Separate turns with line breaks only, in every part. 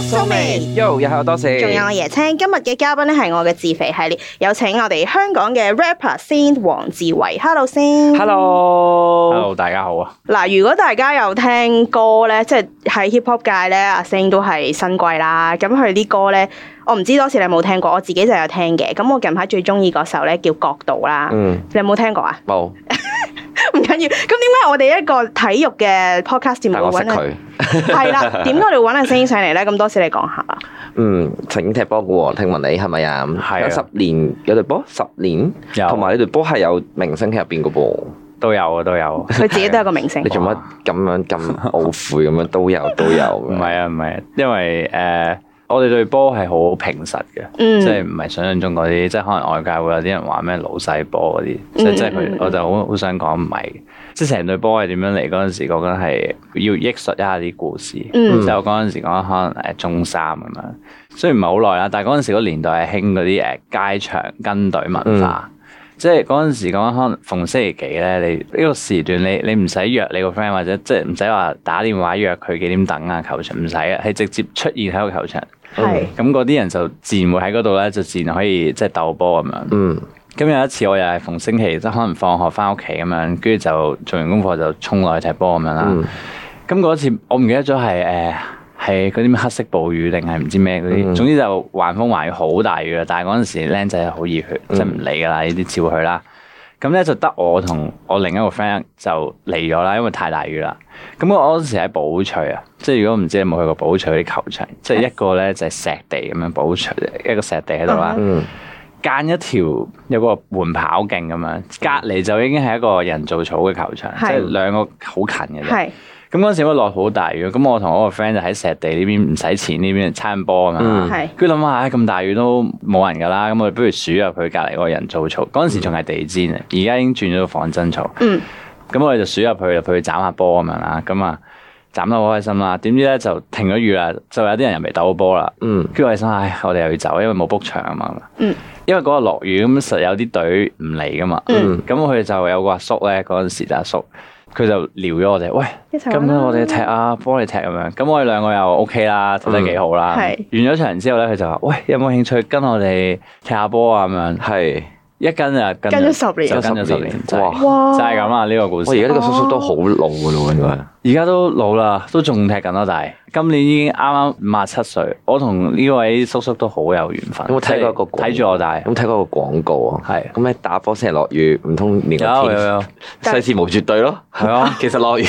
先。
Yo，又係我多士。
仲有我椰青，今日嘅嘉賓咧係我嘅自肥系列，有請我哋香港嘅 rapper 先黃志偉，Hello 先。
Hello。
Hello，大家好啊！
嗱，如果大家有聽歌咧，即係喺 hip hop 界咧，阿星都係新貴啦。咁佢啲歌咧，我唔知多士你有冇聽過，我自己就有聽嘅。咁我近排最中意嗰首咧叫《角度》啦，
嗯，
你有冇聽過啊？
冇，
唔緊要。咁點解我哋一個體育嘅 podcast 節
但
目
我
會
識
揾啊？
佢。
係啦，點解你會揾阿星上嚟咧？咁多士你講下啦。
嗯，曾經踢波嘅喎，聽聞你係咪啊？
係啊
有十年有隊波，十年，
有
同埋你隊波係有明星喺入邊嘅噃。
都有啊，都有。
佢自己都係個明星
你。做乜咁樣 咁懊悔咁樣都有都有？
唔係啊，唔係啊，因為誒、呃我哋對波係好平實嘅，
嗯
即係唔係想象中嗰啲，即係可能外界會有啲人話咩老細波嗰啲，
嗯
即係即係
嗯嗯
佢，我就好好想講唔係，即係成隊波係點樣嚟嗰陣時，講緊係要憶述一下啲故事。
嗯
即係我嗰陣時講可能誒中三咁樣，雖然唔係好耐啦，但係嗰陣時嗰年代係興嗰啲誒街場跟隊文化。
嗯
即係嗰陣時講緊，可能逢星期幾咧，你呢個時段你你唔使約你個 friend，或者即係唔使話打電話約佢幾點等啊球場，唔使啊，係直接出現喺個球場。
嗯
係
咁嗰啲人就自然會喺嗰度咧，就自然可以即係鬥波咁樣。
嗯，
咁有一次我又係逢星期即係可能放學翻屋企咁樣，跟住就做完功課就衝落去踢波咁樣啦。
嗯
咁嗰次我唔記得咗係誒係嗰啲咩黑色暴雨定係唔知咩嗰啲，
嗯
總之就橫風橫雨好大雨啊！但係嗰陣時僆仔係好熱血，
嗯
即係唔理㗎啦，呢啲照去啦。咁咧就得我同我另一個 friend 就嚟咗啦，因為太大雨啦。咁我嗰陣時喺寶翠啊，即係如果唔知你有冇去過寶翠啲球場，即係一個咧就係石地咁樣寶翠一個石地喺度啦。
嗯
間一條有個緩跑徑咁樣，隔離就已經係一個人造草嘅球場，
嗯係
即係兩個好近嘅啫。
係
咁嗰陣時因為落好大雨，咁我同我個 friend 就喺石地呢邊唔使錢呢邊撐波啊嘛
嗯。
係
跟住諗下，唉咁大雨都冇人㗎啦，咁我哋不如鼠入去隔離嗰個人造草。嗰陣時仲係地氈啊，而家已經轉咗到仿真草。
嗯
咁我哋就鼠入去入去斬下波咁樣啦，咁啊斬得好開心啦。點知咧就停咗雨啦，就有啲人入嚟鬥波啦。
嗯
跟住我哋心諗唉，我哋又要走，因為冇 book 場啊嘛。
嗯
因為嗰個落雨，咁實有啲隊唔嚟噶嘛。
嗯
咁佢就有個阿叔咧，嗰陣時就阿叔，佢就撩咗我哋，喂，
一齊玩
咁
啦
我哋踢啊，幫你踢咁樣。咁我哋兩個又 OK 啦，踢得幾好啦。
嗯
完
係
咗場之後咧，佢就話：喂，有冇興趣跟我哋踢下波啊？咁樣
係。
一跟就跟
跟咗十年
就跟咗十年，就係
哇
哇
就係咁啦。呢個故
我而家
事
呢個叔叔都好老噶咯，應該
而家都老啦，都仲踢緊啦，但係今年已經啱啱五廿七歲。我同呢位叔叔都好有緣分。
有冇睇過一個
即係睇住我大？
有冇睇過個廣告啊？
係
咁咧打波成日落雨，唔通連個
有有
天
有。
世事無絕對咯。
係 啊，
其實落雨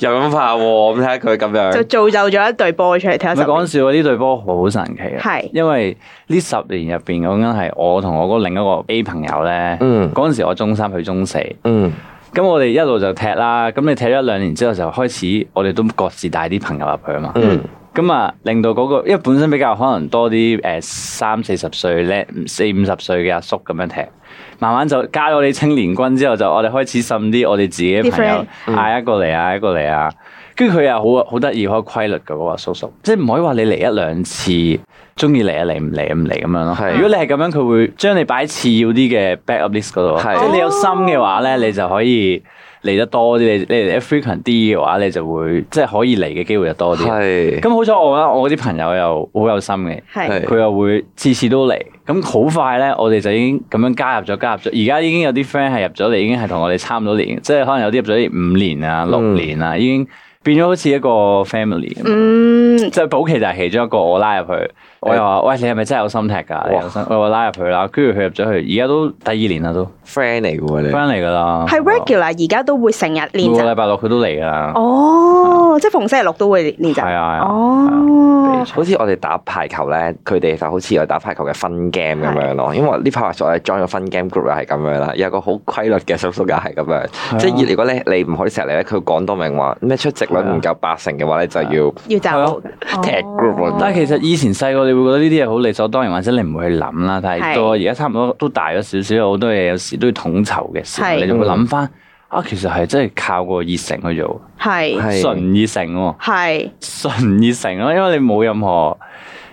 又咁怕喎，咁睇下佢咁
就
樣。
造就咗一隊波出嚟睇下
唔係
十
講
年。
笑啊！呢隊波好神奇啊，
係
因為呢十年入邊講緊係我同我嗰另一個 A 朋友咧，
嗯
嗰陣時我中三去中四，
嗯
咁我哋一路就踢啦，咁你踢咗一兩年之後就開始，我哋都各自帶啲朋友入去啊嘛，
嗯
咁啊令到嗰個，因為本身比較可能多啲誒三四十歲咧，四五十歲嘅阿叔咁樣踢。慢慢就加咗你青年軍之後，就我哋開始滲啲我哋自己嘅朋友
嗯
嗌一個嚟啊，嗌一個嚟啊，跟住佢又好好得意，好有規律嘅嗰個叔叔，即係唔可以話你嚟一兩次，中意嚟啊嚟唔嚟啊唔嚟咁樣咯。
係
如果你係咁樣，佢會將你擺喺次要啲嘅 back up list 嗰度，
係
即係你有心嘅話咧，你就可以嚟得多啲，你你嚟得 frequent 啲嘅話，你就會即係可以嚟嘅機會就多啲。
係。
咁好彩我啦，我嗰啲朋友又好有心嘅，
係
佢又會次次都嚟，咁好快咧，我哋就已經咁樣加入咗加入咗，而家已經有啲 friend 係入咗嚟，已經係同我哋差唔多年，即係可能有啲入咗嚟五年啊、六年啊，已經變咗好似一個 family 咁。
嗯，
即係保期就係其中一個，我拉入去，我又話：喂，你係咪真係有心踢㗎？你有心，我話拉入去啦，跟住佢入咗去，而家都第二年啦，都
friend 嚟嘅喎你，
翻嚟㗎啦。
係 regular 而家都會成日
每
練
個
習。
禮拜六佢都嚟㗎啦。
哦，即係逢星期六都會練習。
係啊係啊
哦，
好似我哋打排球咧，佢哋就好似我哋打排球嘅分 game 咁樣咯。因為呢排話我哋 join 咗分 game group 又係咁樣啦，有個好規律嘅叔叔又係咁樣。即係如果咧你唔可以成日嚟咧，佢講到明話咩出席率唔夠八成嘅話咧，就要
要走。
踢 group 咯。
但係其實以前細個你會覺得呢啲嘢好理所當然，或者你唔會去諗啦。但
係
係到我而家差唔多都大咗少少，好多嘢有時都要統籌嘅時候，
係
你就會諗翻啊，其實係真係靠個熱誠去做，
係
係
純熱誠喎，
係
純熱誠咯，因為你冇任何。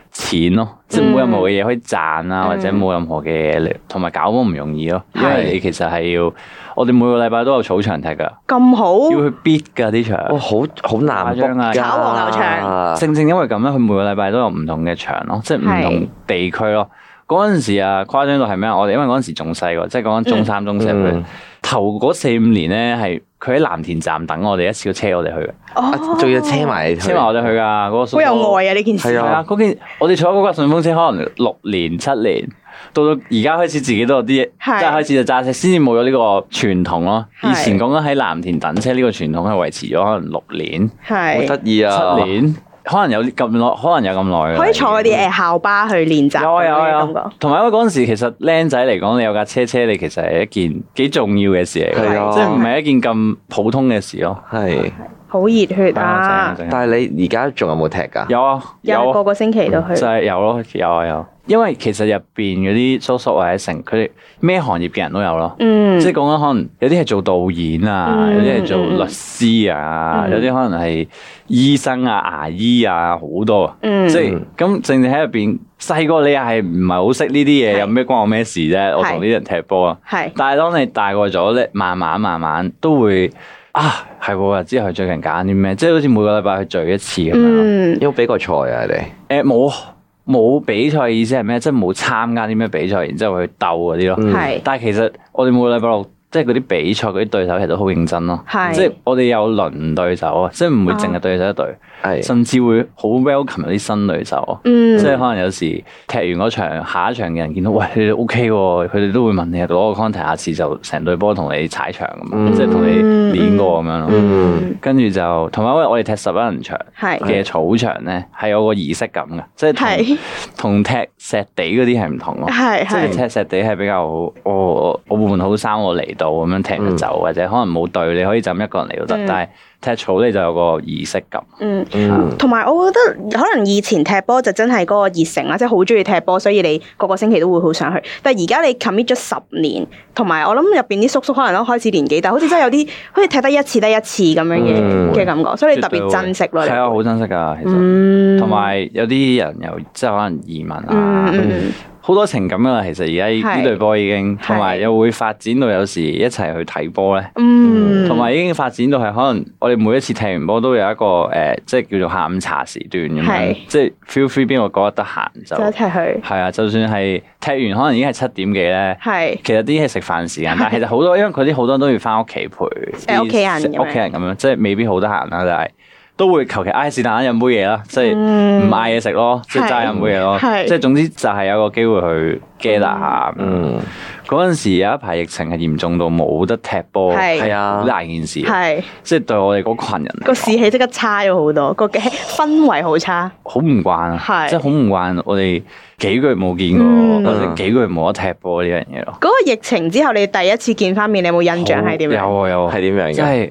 錢咯，即係冇任何嘅嘢可以賺啊，或者冇任何嘅嘢嚟，同埋搞波唔容易咯，因為你其實係要，我哋每個禮拜都有草場踢噶，
咁好，
要去 bid 噶啲
哇，
場，
好好
誇
難
張啊
book 㗎
炒黃牛場
正正因為咁咧，佢每個禮拜都有唔同嘅場咯，即係唔
係
同地區咯。嗰陣時啊，誇張到係咩啊？我哋因為嗰陣時仲細個，即係講緊中三、中四，
嗯
頭嗰四五年咧係佢喺藍田站等我哋，一次過車我哋去嘅，
哦
啊仲要車，埋佢
車埋我哋去噶嗰、個叔
好
叔
有愛啊呢件事，
係
係
啊
啊，嗰件我哋坐嗰架順風車可能六年七年，到到而家開始自己都有啲嘢，
係
即係開始就揸車，先至冇咗呢個傳統咯。
係
以前講緊喺藍田等車呢個傳統係維持咗可能六年、
好
係
得意啊！
七年，可能有啲咁耐，可能有咁耐㗎啦
可以坐嗰
已經
啲誒校巴去練習，
有啊有啊
咁
有
樣
啊，同埋因為嗰陣時其實僆仔嚟講，你有架車車，你其實係一件幾重要嘅事嚟
係
嘅，
啊
即係唔係一件咁普通嘅事咯。
係，
好熱血
啊
啊！
正啊正啊
但係你而家仲有冇踢㗎？
有啊有
有個
啊，
個星期都去，
就係有咯有啊有，因為其實入邊嗰啲叔叔或者成，佢哋咩行業嘅人都有咯。
嗯，
即係講緊可能有啲係做導演啊，
嗯
有啲係做律師啊，
嗯
有啲可能係醫生啊、牙醫啊，好多啊。
嗯
即係咁，正正喺入邊，細個你又係唔係好識呢啲嘢，
係
有咩關我咩事啫？我同呢啲人踢波啊。
係
但係當你大個咗咧，慢慢慢慢都會啊，係喎，之後最近揀啲咩？即係好似每個禮拜去聚一次咁樣。
嗯
有冇比過賽啊？你哋
誒冇冇比賽意思係咩？即係冇參加啲咩比賽，然之後去鬥嗰啲咯。
嗯
係
但係其實我哋每個禮拜六，即係嗰啲比賽嗰啲對手其實都好認真咯。
係
即係我哋有輪對手啊，即係唔會淨係對手一隊，
哦
係
甚至會好 welcome 有啲新對手啊。
嗯
即係可能有時踢完嗰場，下一場嘅人見到，喂，你哋 O K 喎，佢哋都會問你攞個 contact，下次就成隊波同你踩場咁
嗯
樣，即係同你練過咁樣咯。
嗯
跟住就同埋，因為我哋踢十一人場
係
嘅草場咧，係有個儀式感嘅，即係同
係
同踢石地嗰啲係唔同咯。
係
哦即係
係
踢石地係比較我我我換好衫我嚟到咁樣踢就走，或者可能冇隊你可以就咁一個人嚟都得，
嗯
但係踢草你就有個儀式感。
嗯。
嗯
同埋我覺得可能以前踢波就真係嗰個熱誠啦，即係好中意踢波，所以你個個星期都會好想去。但係而家你 commit 咗十年，同埋我諗入邊啲叔叔可能都開始年紀大，好似真係有啲好似踢得一次得一次咁樣嘅
嗯
嘅感覺，所以你特別珍惜咯。
係啊，
你
好珍惜㗎，其實。
嗯，
同埋有啲人又即係可能移民
嗯
啊，
嗯
好多情感㗎啦。其實而家
係
呢隊波已經，
係
同埋又會發展到有時一齊去睇波咧。
嗯，
同埋已經發展到係可能我哋每一次踢完波都有一個誒、呃即係叫做下午茶時段咁
係
樣，即係 feel free 邊個嗰日得閒就
就一齊去，
係啊，就算係踢完可能已經係七點幾咧，
係
其實啲係食飯時 間，但係其實好多因為佢啲好多人都要翻屋企陪
誒屋企人咁樣
屋企人咁樣，即係未必好得閒啦，但係都會求其唉是但啦飲杯嘢啦，即係
嗯
唔嗌嘢食咯，即係齋飲杯嘢咯，
係
即係總之就係有個機會去 gather 下。
嗯，
嗰陣時有一排疫情係嚴重到冇得踢波，
係
係啊
好大件事，
係
即係對我哋嗰群人嚟
個
講
士氣即刻差咗好多，個氛圍好差，
好唔慣啊，
係
即係好唔慣我哋幾個月冇見
嗯
過，或者幾個月冇得踢波呢樣嘢咯。
嗰個疫情之後，你第一次見翻面，你有冇印象係點樣？
有啊有啊，
係點樣
即
嘅？
係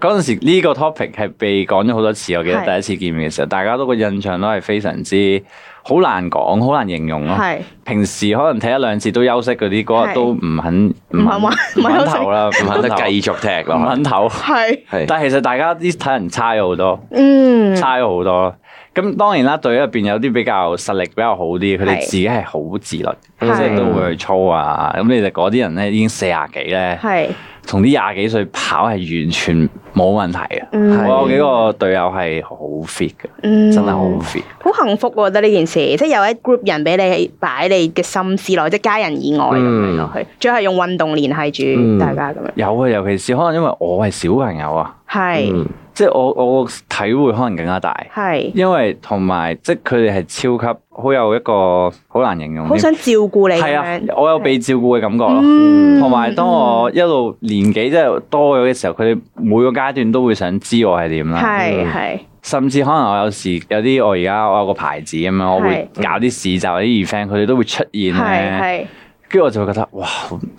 嗰陣時呢個 topic 係被講咗好多次，我記得
係
第一次見面嘅時候，大家都個印象都係非常之好難講，好難形容咯。
係
平時可能睇一兩次都休息嗰啲，嗰
係
日都唔肯
唔肯玩
唔
唔肯休
肯
息
投啦，唔
唔
肯
肯得
投
繼續踢
唔
落去
肯，投。
係，
係
但係其實大家啲睇人差咗好多。
嗯，
差咗好多咯。咁當然啦，隊入邊有啲比較實力比較好啲，佢哋
係
自己係好自律，即
係
係都會去操啊。咁你哋嗰啲人咧已經四廿幾咧，
係。
同啲廿幾歲跑係完全冇問題嘅。
嗯
我有幾個隊友係好 fit 嘅，
嗯
真係好 fit。
好幸福喎，我覺得呢件事，即係有一 group 人俾你擺你嘅心思落去，即係家人以外咁
嗯
樣落去，最後係用運動聯繫
嗯
住大家咁樣，
有啊，尤其是可能因為我係小朋友啊，
係
嗯
即係我我體會可能更加大，
係
因為同埋即係佢哋係超級好有一個好難形容
好
添。
想照顧你
係
咁
啊
樣，，
我有被照顧嘅感覺咯。
嗯
同埋當我一路年紀即係多咗嘅時候，佢哋每個階段都會想知我係啊嗯點啦。
係係
甚至可能我有時有啲我而家我有個牌子咁樣，我會搞啲市集啲 event，佢哋都會出現
係
咧。
係，
跟住我就會覺得哇，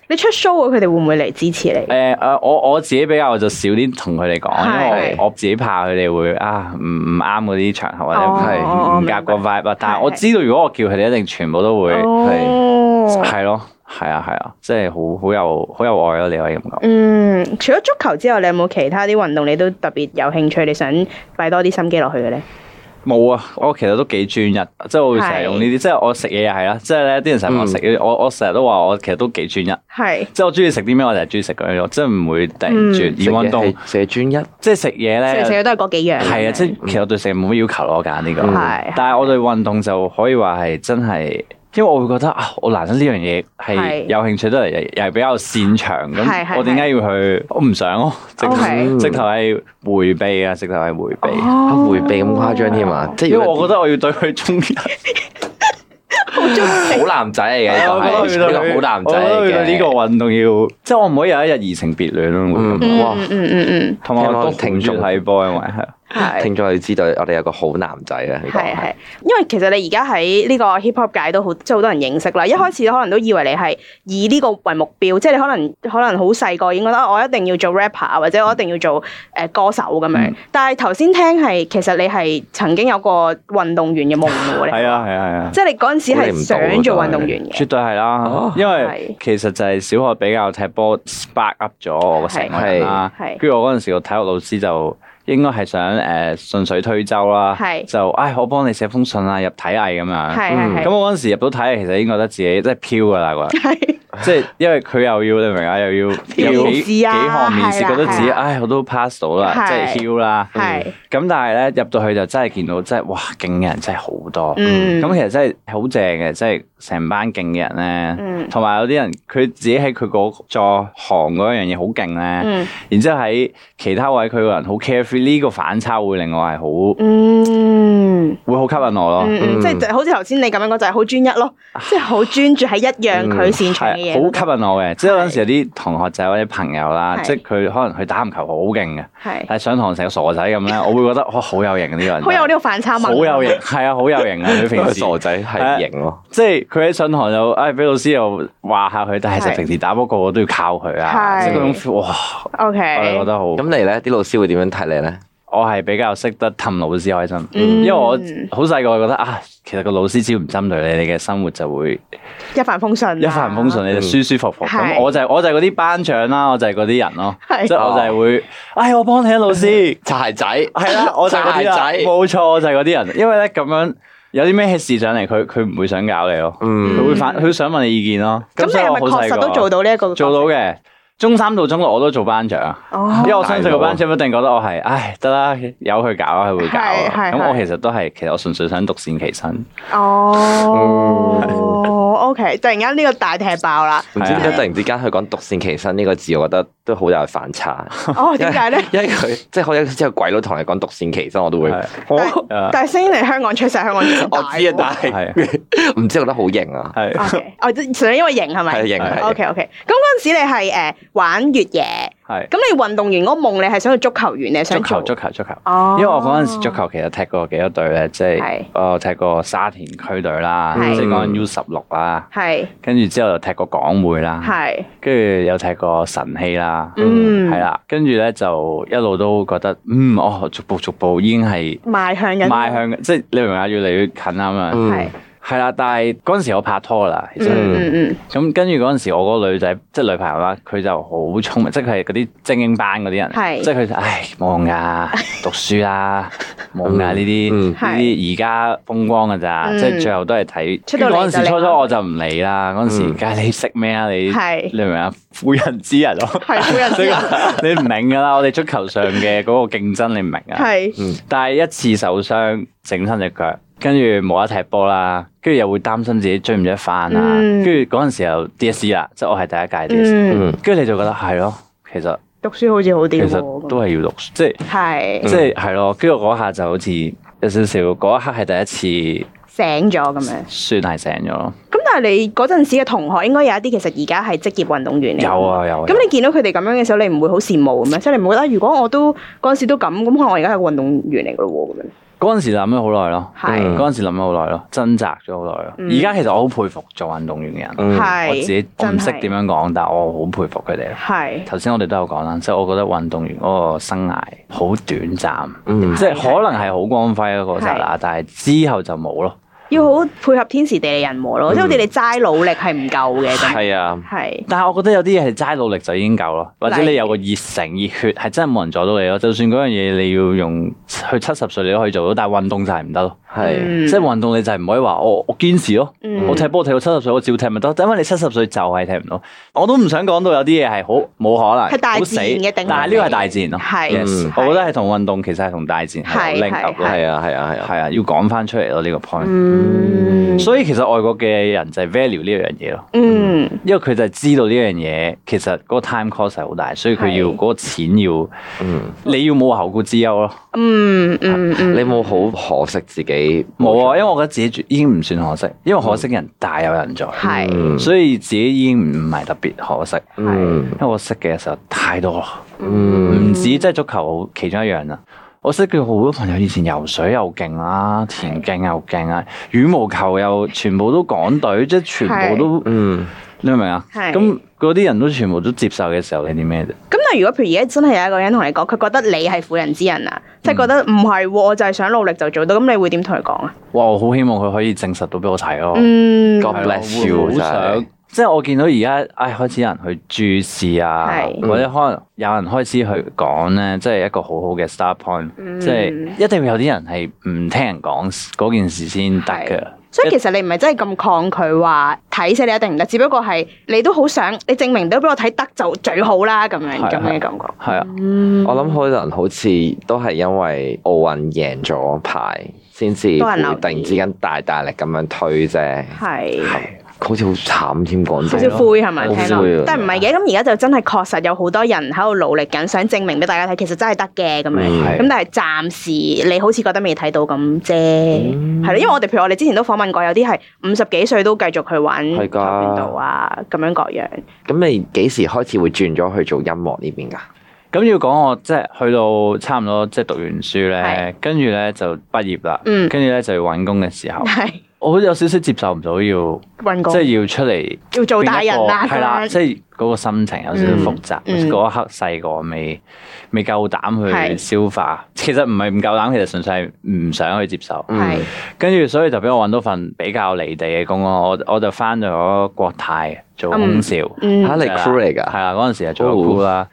你出 show 啊佢哋會唔會嚟支持你？
誒誒，我我自己比較就少啲同佢哋講，因為我我自己怕佢哋會啊唔唔啱嗰啲場合或者
哦
係
哦
唔夾個
明
vibe 啊。但係
係
我知道如果我叫佢哋，一定全部都會係
哦，
係咯，係啊係啊，即係好好有好有愛咯，你可以咁講。
嗯，除咗足球之外，你有冇其他啲運動你都特別有興趣，你想擺多啲心機落去嘅咧？
誒、冇啊，我其實都幾專一，即係我會成日用呢啲，即係我食嘢又係啦，即係咧啲人成日話我食
嗯
嘢，我我成日都話我其實都幾專一，
係
即係我中意食啲咩我就係中意食嗰樣嘢，即係唔會突然
嗯
轉。而運動
射專一，
即係食嘢
食嚟食
咧，
去都係嗰幾樣。
係啊，即係其實我對食冇乜要求咯，我揀呢個
嗯係。
但係我對運動就可以話係真係，因為我會覺得啊，我男生呢樣嘢係
係
有興趣得嚟，又又係比較擅長
係
咁，
係
我點解要去？我唔想咯，直頭
OK 嗯
直頭係迴避啊，直頭係迴避。
啊
哦
回避咁誇張添啊！即係
因
如
為
果
我覺得我要對佢中 意。
哦
好男仔嚟嘅，呢個係呢個好男仔
我
嚟
覺得
嘅。
呢個運動要，即係我唔可以有一日移情別戀咯。會咁
嗯
嗯
哇
嗯嗯嗯嗯，
同埋我都停
聽
住
眾
睇波，因為係
係。
聽眾要知道，我哋有個好男仔啊！呢個
係係，因為其實你而家喺呢個 hip hop 界都好，即係好多人認識
嗯
啦。一開始可能都以為你係以呢個為目標，即係你可能可能好細個已經覺得啊我一定要做 rapper 或
嗯
者我一定要做誒、呃歌手咁樣。
嗯
但係頭先聽係其實你係曾經有個運動員嘅夢嘅喎，
係
你
啊係啊係啊，
即係你嗰陣時係想
啊
做運動員
絕
嘅。
對係啦
哦。
因為其實就係小學比較踢波 spark up 咗我個成個人啦
係係。
跟住我嗰陣時個體育老師就。應該係想誒順水推舟啦
係，
就唉我幫你寫封信啊入體藝咁樣，
係係係
咁我嗰陣時入到體藝其實已經覺得自己真係飄㗎啦個人
嗯
係
即係因為佢又要你明 啊，又要有幾幾
面試啊
項面試，
係啦
覺得自己
係啦
唉我都 pass 到啦，即
係
係 h 啦。
係
咁但係咧入到去就真係見到真係哇勁嘅人真係好多。
嗯
咁其實真係好正嘅，即係成班勁嘅人咧
嗯，
同埋有啲人佢自己喺佢嗰座行嗰樣嘢好勁咧，
嗯
然之後喺其他位佢個人好 carefree，呢個反差會令我係好
嗯。
會好吸引我咯。
嗯嗯，即係就好似頭先你咁樣講，就係好專一咯，即係好專注喺一樣佢擅長嘅
啊係啊
嘢
好
嗰度。
吸引我嘅，即係嗰陣時有啲同學仔或者朋友啦，
係
即係佢可能佢打籃球好勁嘅，
係
啊但係上堂成個傻仔 咁咧，我會覺得哇好有型啊呢個人，
好有呢個反差
好
萌，
有型，係啊好有型啊！佢
個
平 時
傻仔係型咯，
即係佢喺上堂就唉俾老師又話下佢，但係其實
係
平時打波個個都要靠佢啊，
係
即係嗰種 feel 哇，
O
啊我係覺
K，
得好。
咁你咧啲老師會點樣睇你咧？。
我係比較識得氹老師開心，
嗯
因為我好細個我覺得啊，其實個老師只要唔針對你，你嘅生活就會
一帆風順，啊
一帆風順，你就舒舒服服。咁
係
我就係我就係嗰啲班長啦，我就係嗰啲人咯，
係哦
即係我就係會，唉，我幫你啊，老師
柴仔
係 啦， 我就係嗰啲啦
柴仔，
冇錯，我就係嗰啲人。因為咧咁樣有啲咩事上嚟，佢佢唔會想搞你咯，
嗯
佢會反，佢想問你意見咯。
咁
所以
你係
我
咪
好
確實
細個啊
都做到呢一個？
做到嘅？中三到中六我都做班長，啊
哦
因為我相信個班長一定覺得我係，唉得啦，由佢搞啦，佢會搞
係係
啦。咁我
係
其實都係，其實我純粹想獨善其身，嗯
哦，O K，突然間呢個大踢爆 啦，
唔知點解突然之間佢講獨善其身呢個字，我覺得都好有反差。
哦， 點解咧？
因為佢即係可能之後鬼佬同你講獨善其身，我都會
係
我
誒
但係聲嚟香港出世，香港
我知啊，但係 唔知覺得好型啊，
係。
O K，哦，純粹因為型係咪？
係型係型
O K O K，咁嗰陣時你係誒玩越野，
係
咁你運動員嗰個夢你係想做足球員，你係
足
想
球
做
足球足球，
哦
因為我嗰陣時足球其實踢過幾多隊咧，即係
係
我踢過沙田區隊啦，
係
即係講緊 U 十六啊啦，
係
跟住之後又踢過港會啦，
係
跟住又踢過晨曦啦，
嗯
係啦，跟住咧就一路都覺得嗯哦，逐步逐步已經係
邁向緊
邁向，即係你明唔明啊？越嚟越近啊嘛，
嗯
係
係啦，但係嗰陣時我拍拖啦，其
嗯
實。
嗯嗯
咁跟住嗰陣時，我嗰個女仔即係女朋友啦，佢就好聰明，即係佢係嗰啲精英班嗰啲人嚟，
係
即係佢就唉冇 用㗎，讀書啦，冇用㗎呢啲
嗯
呢啲而家風光㗎咋，
嗯
即係最後都係睇。
出到嚟就
嗰陣時
你
初初我就唔理啦，嗰陣時
嗯
梗係你識咩啊你？
係
你明唔明啊？婦人之 仁咯，
係婦人之仁
你唔明㗎啦，我哋足球上嘅嗰個競爭你唔明啊。
係。
但係一次受傷整親只腳，跟住冇得踢波啦，跟住又會擔心自己追唔追得翻啦，
嗯
跟住嗰陣時又 DSE E 啦，即係我係第一屆 DSE，
嗯，
嗯
跟住你就覺得係咯，其實
讀書好似好啊
其
啲
實
喎，
都係要讀書，即係
係
即係係咯，跟住嗰下就好似有少少嗰一刻係第一次
醒咗咁樣。
算係醒咗咯，
咁但係你嗰陣時嘅同學應該有一啲其實而家係職業運動員嚟。
有。啊有啊，
嗯咁你見到佢哋咁樣嘅時候，你唔會好羨慕嘅咩？即係你唔會覺得如果我都嗰陣時都咁，咁可能我而家係運動員嚟嘅咯喎咁樣。
嗰陣時諗咗好耐咯，
係嗯
嗯嗰陣時諗咗好耐咯，掙扎咗好耐咯，而家其實我好佩服做運動員嘅人，
嗯
係
我自己我唔識點
樣。
樣講，但我好佩服佢哋咯。
係
頭先我哋都有講啦，即係我覺得運動員嗰個生涯好短暫，
嗯
啊即係可能係好光輝嗰個集啦，但係之後就冇咯。
要好配合天時地利人和咯，即係好似你齋努力係唔夠嘅咁。
係啊。
係
但係我覺得有啲嘢係齋努力就已經夠咯，或者
例如
你有個熱誠熱血係真係冇人阻到你咯。就算嗰樣嘢你要用去七十歲你都可以做到，但係運動就係唔得咯。
係
嗯
即係運動你就係唔可以話哦我我堅持咯，
嗯
我踢波踢到七十歲我照踢咪得，因為你七十歲就係踢唔到。我都唔想講到有啲嘢係好冇可能，
係大
好死
自然嘅定律
但係呢個係大自然咯。
係
Yes，
嗯
我覺得係同運動其實係同大自然係有
係
link up 咯，
係啊係啊係啊，
係啊，要講翻出嚟咯呢個 point。
嗯
所以其實外國嘅人就係 value 呢樣嘢咯。
嗯
因為佢就係知道呢樣嘢，其實嗰個 time cost 係好大，所以佢要
係
嗰個錢要，
嗯。
你要冇後顧之憂咯。
嗯
啊
嗯嗯，
你有冇好可惜自己
冇啊，因為我覺得自己絕已經唔算可惜，因為可惜人大有人在，
係
嗯
所以自己已經唔係特別可惜，
嗯
因為我識嘅時候太多啦，
嗯
唔止即係足球其中一樣啦。我識嘅好多朋友以前游水又勁啦，田徑又勁啊，羽毛球又全部都港隊，即係全部都，
嗯
你明唔明啊？
係
咁嗰啲人都全部都接受嘅時候，你啲咩啫？
咁但係如果譬如而家真係有一個人同你講，佢覺得你係婦人之仁啊，即係覺得唔係喎，
嗯
我就係想努力就做到，咁你會點同佢講啊？
哇！我好希望佢可以證實到俾我睇咯。
嗯，
咁
哦係
God
咯
bless you，
我會
真
好
係
想，即係我見到而家，唉，開始有人去注視啊，
係
或者可能有人開始去講咧，即係一個好好嘅 start point，、
嗯
即係一定會有啲人係唔聽人講嗰件事先得嘅。
所以其實你唔係真係咁抗拒話睇死你一定唔得，只不過係你都好想你證明到俾我睇得就最好啦咁樣
係
咁
係
嘅感覺。
係啊，
我諗好多人好似都係因為奧運贏咗牌，先至
多人
會
留意
突然之間大大力咁樣推啫，
係。
好似好慘添講
少
真
少灰係咪？
好
聽落
灰啊，
但唔係嘅。咁而家就真係確實有好多人喺度努力緊，想證明俾大家睇，其實真係得嘅咁樣。
嗯
咁但係暫時你好似覺得未睇到咁啫，
嗯
係咯。因為我哋譬如我哋之前都訪問過，有啲係五十幾歲都繼續去玩跆
係㗎
拳道啊，咁樣各樣。
咁你幾時開始會轉咗去做音樂呢邊㗎？
咁要講我即係去到差唔多即係讀完書
係
咧，跟住咧就畢業啦，
嗯
跟住咧就要揾工嘅時候，
係
我好似有少少接受唔到要，
運
哦即
過
係要出嚟。
要做大人啦，
係啦，
咁樣
即係嗰個心情有少少複雜。
嗯嗯
嗰一刻細個未未夠膽去
係
消化， 其實唔係唔夠膽，其實純粹係唔想去接受。
係
跟住所以就俾我揾到份比較離地嘅工咯。我我就翻咗國泰做空少，
嗯
嚇你 crew 嚟㗎哦
係啦，嗰陣時係做 crew 啦。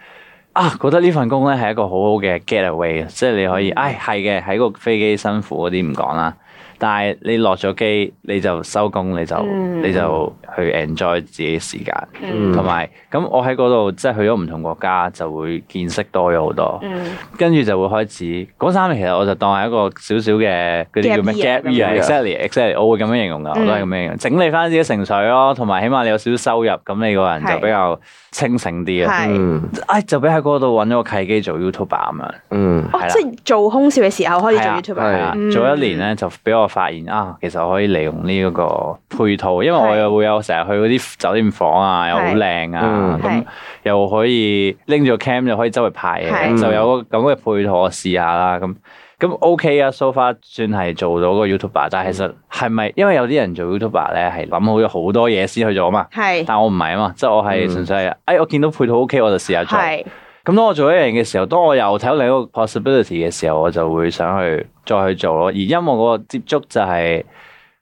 啊，覺得呢份工咧係一個好好嘅 getaway，即係你可
嗯
以，唉，係嘅，喺個飛機辛苦嗰啲唔講啦，但係你落咗機你就收工，你就、
嗯
你就去 enjoy 自己時間，
嗯
同埋咁我喺嗰度即係去咗唔同國家，就會見識多咗好多，
嗯
跟住就會開始嗰三年其實我就當係一個少少嘅嗰啲叫咩
Gap
gap
year 嗯
咁樣
year，exactly exactly，我會咁樣形容噶，我都係咁樣形容，整理翻自己情緒咯，同埋起碼你有少少收入，咁你個人就
係
比較清醒啲啊。
係。
嗯
唉，就俾喺嗰度揾咗個契機做 YouTuber 咁樣，
嗯
哦
係啦，
即係做空少嘅時候開始做
係
YouTube，
啊
嗯
做一年咧就俾我發現啊，其實我可以利用呢一個配套，因為我
係
又會有成日去嗰啲酒店房啊，又好
係
靚啊，
嗯
咁
係
又可以拎住個 cam 就可以周圍拍嘢，
係
就有個咁嘅配套我試下啦咁。咁 OK 啊，so far 算係做到個 YouTuber，但係其實係咪因為有啲人做 YouTuber 咧係諗好咗好多嘢先去做啊嘛？
係
但我唔係啊嘛，即係我係純粹係，哎我見到配套 OK 我就試下做。
係
咁當我做一樣嘅時候，當我又睇到另一個 possibility 嘅時候，我就會想去再去做咯。而音樂嗰個接觸就係、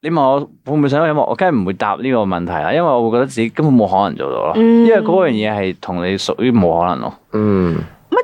你問我會唔會想去音樂，我梗係唔會答呢個問題啦，因為我會覺得自己根本冇可能做到咯。
嗯
因為嗰樣嘢係同你屬於冇可能咯。
嗯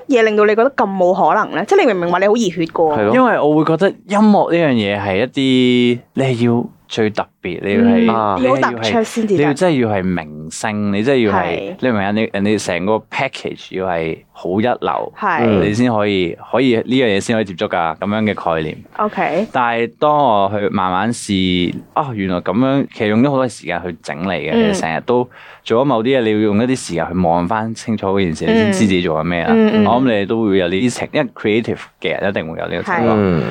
乜嘢令到你覺得咁冇可能咧？即係你明明話你好熱血嘅
係
喎，
咯
因為我會覺得音樂呢樣嘢係一啲你要最特別，你要係、
嗯啊
要好
你係
突出先至
你要
得。
真係要係明星，你真係要係
係
你明唔明啊？你人哋成個 package 要係好一流，
係
嗯你先可以可以呢樣嘢先可以接觸噶咁樣嘅概念。
OK，
但係當我去慢慢試，啊原來咁樣其實用咗好多時間去整理嘅，
嗯
其實成日都做咗某啲嘢，你要用一啲時間去望翻清楚嗰件事，你先知自己做緊咩啦。啊
嗯嗯
我諗你哋都會有呢啲情，因為 creative 嘅人一定會有呢個情況。
嗯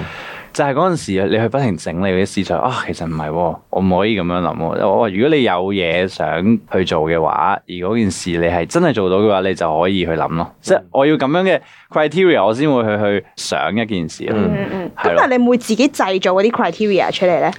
就係嗰陣時，你去不停整理嗰啲思想啊，其實唔係喎，我唔可以咁樣諗喎。我話如果你有嘢想去做嘅話，而嗰件事你係真係做到嘅話，你就可以去諗咯。即係我要咁樣嘅 criteria，我先會去去想一件事咯。
嗯
嗯嗯。
係
咁
咯
但係你會唔會自己製造嗰啲 criteria 出嚟咧？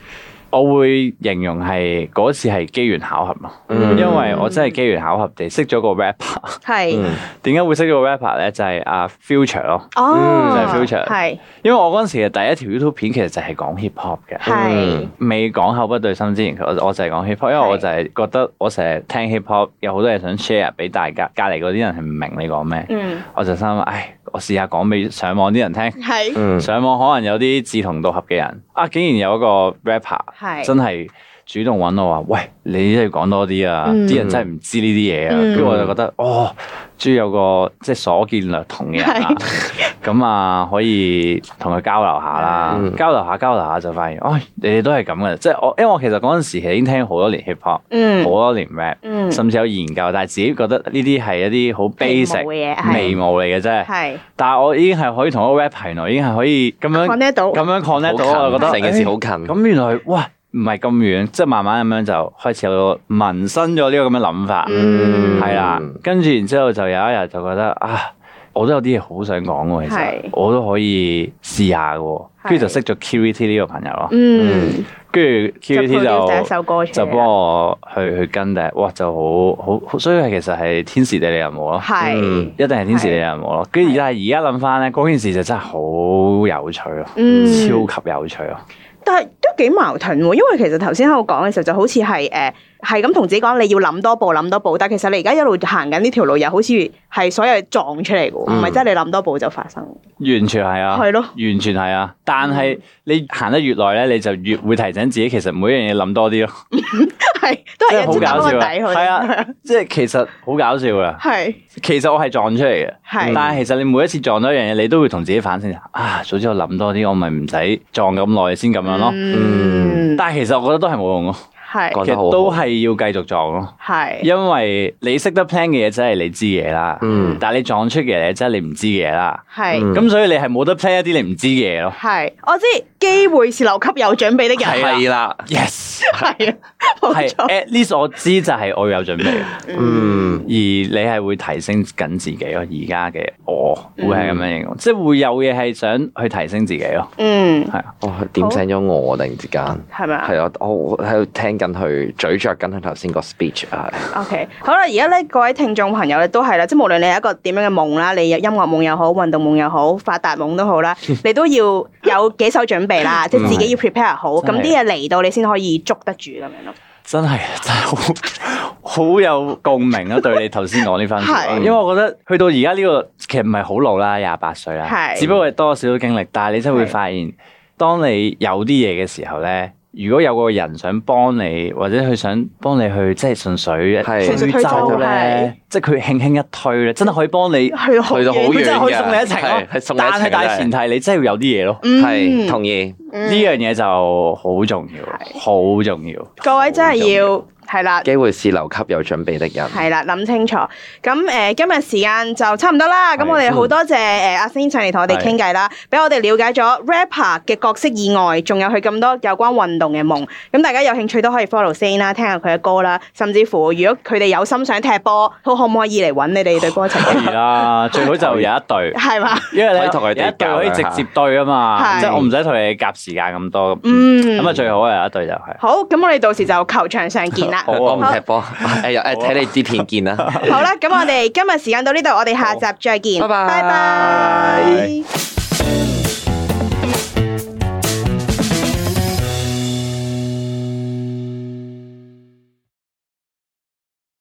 我會形容係嗰次係機緣巧合咯，
嗯
因為我真係機緣巧合地識咗個 rapper。
係，
嗯
點解會識咗個 rapper 咧？就係阿 Future 咯，
哦，
嗯就係 future
係
因為我嗰陣時嘅第一條 YouTube 片其實就係講 hip hop 嘅。
係
嗯
未講口不對心之前，我我就係講 hip hop，因為我就係覺得我成日聽 hip hop 有好多嘢想 share 俾大家，隔離嗰啲人係唔明你講咩，
嗯
我就心諗，唉，我試下講俾上網啲人聽。
係
嗯
上網可能有啲志同道合嘅人啊，竟然有一個 rapper
係
真係主動揾我話，喂，你真係講多啲啊！
嗯
啲人真係唔知呢啲嘢啊，
嗯
跟住我就覺得，哦，終於有個即係所見略同嘅人啦， 咁啊可以同佢交流下啦，
嗯
交流下交流下就發現，哦，你哋都係咁嘅，即係我因為我其實嗰陣時其實已經聽好多年 hip hop，
嗯
好多年 rap，
嗯
甚至有研究，但係自己覺得呢啲係一啲好
微毛
basic
嘅嘢係
微毛嚟嘅啫。
係
但係我已經係可以同一個 rapper 原來已經係可以咁樣
connect 到
咁樣 connect 到，我就覺得
成件事
誒
好近。
咁原來哇唔係咁遠，即係慢慢咁樣就開始有萌生咗呢個咁嘅諗法，
嗯
係啦、跟住然之後就有一日就覺得啊，我都有啲嘢好想講喎，其實
係
我都可以試下嘅喎，
係
跟住就識咗 QVT 呢個朋友咯，
嗯，
跟住
就
QVT
produce 第一
就。
首歌出
就
嚟啊
幫
啦，
我去去跟嘅，哇就好好好，所以係其實係天時地利人和咯。
係
嗯
一定係天時地利人和咯。跟住但係而家諗翻咧，嗰件事就真係好有趣咯，
嗯
超級有趣咯。
但係都幾矛盾喎，因為其實頭先喺度講嘅時候，就好似係誒係咁同自己講你要諗多步諗多步，但其實你而家一路行緊呢條路，又好似係所有嘢撞出嚟嘅喎，唔
嗯
係真係你諗多步就發生。
完全係啊，
係咯嗯
完全係啊。但係你行得越耐咧，你就越會提醒自己，其實每樣嘢諗多啲咯，
係都係
真係
一
好
直打
搞
個
笑
底
啊。
佢。
係啊，即係其實好搞笑啊。
係
其實我係撞出嚟嘅，
係
但係其實你每一次撞到一樣嘢，你都會同自己反省啊，早知我諗多啲，我咪唔使撞咁耐先咁樣咯。
嗯，
但係其實我覺得都係冇用咯，
係
講
其
得好好
實都係要繼續撞咯。
係
因為你識得 plan 嘅嘢，真係你知嘅嘢啦。
嗯
但係你撞出嘅嘢，真係你唔知嘅嘢啦。
係
嗯
咁、所以你係冇得 plan 一啲你唔知嘅嘢咯。
係，我知機會是留給有準備的人。
係啦，
Yes，
係啊，冇
啊係
錯。
at least 我知就係我有準備，而
嗯
你係會提升緊自己咯。而家嘅我會係咁樣形
嗯
容，即係會有嘢係想去提升自己咯。
嗯，
係啊，
哦，佢點醒咗我突然之間。
係咪啊？
係啊，我我喺度聽緊佢咀嚼緊佢頭先個 speech 啊，
OK，好啦，而家咧各位聽眾朋友咧都係啦，即係無論你有一個點樣嘅夢啦，你有音樂夢又好，運動夢又好，發達夢都好 啦，你都要有幾手準備啦，即係自己要 prepare 好，咁
嗯真係
啲嘢嚟到你先可以捉得住咁樣咯。
真係 真係好好有共鳴啊！對你頭先講呢番說話，
係
因為我覺得去到而家呢個其實唔係好老啦，廿八歲啦，
係
只不過係多少少經歷，但係你真係會
係
發現，當你有啲嘢嘅時候咧。如果有個人想幫你，或者佢想幫你去即係純粹
係
純粹推
州
舟係
咧，即係佢輕輕一推咧，真係可以幫你，
去好
去到好
佢
遠
真係可以
嘅
送你一程
係係
咯
送。你一
但
程
係大前提你真係要有啲嘢咯，呢
嗯
係同意，
樣嘢就好重要，好重要。
各位真係要係啦。
機會是留給有準備的人。
係啦，諗清楚。咁誒、呃今日時間就差唔多啦。咁
係
我哋好多謝誒阿星上嚟同我哋傾偈啦，俾我哋了解咗 rapper 嘅角色以外，仲有佢咁多有關運動嘅夢。咁大家有興趣都可以 follow 先啦，聽下佢嘅歌啦。甚至乎如果佢哋有心想踢波，都可唔可以嚟揾你哋對 波一齊
可以
踢？
啦， 最好就有一對。
係嘛？
因為
可
咧
以同佢哋
有一對
夾
可以
兩下
直接對啊嘛，
係
即係我唔使同你夾時間咁多。
嗯
咁啊最好啊有一對就係。
好，咁我哋到時就球場上見啦。
好啊
我唔踢 波，誒又誒睇你啲片見啦。
好啦，咁我哋今日時間到呢度，我哋下集再見。
拜拜
拜拜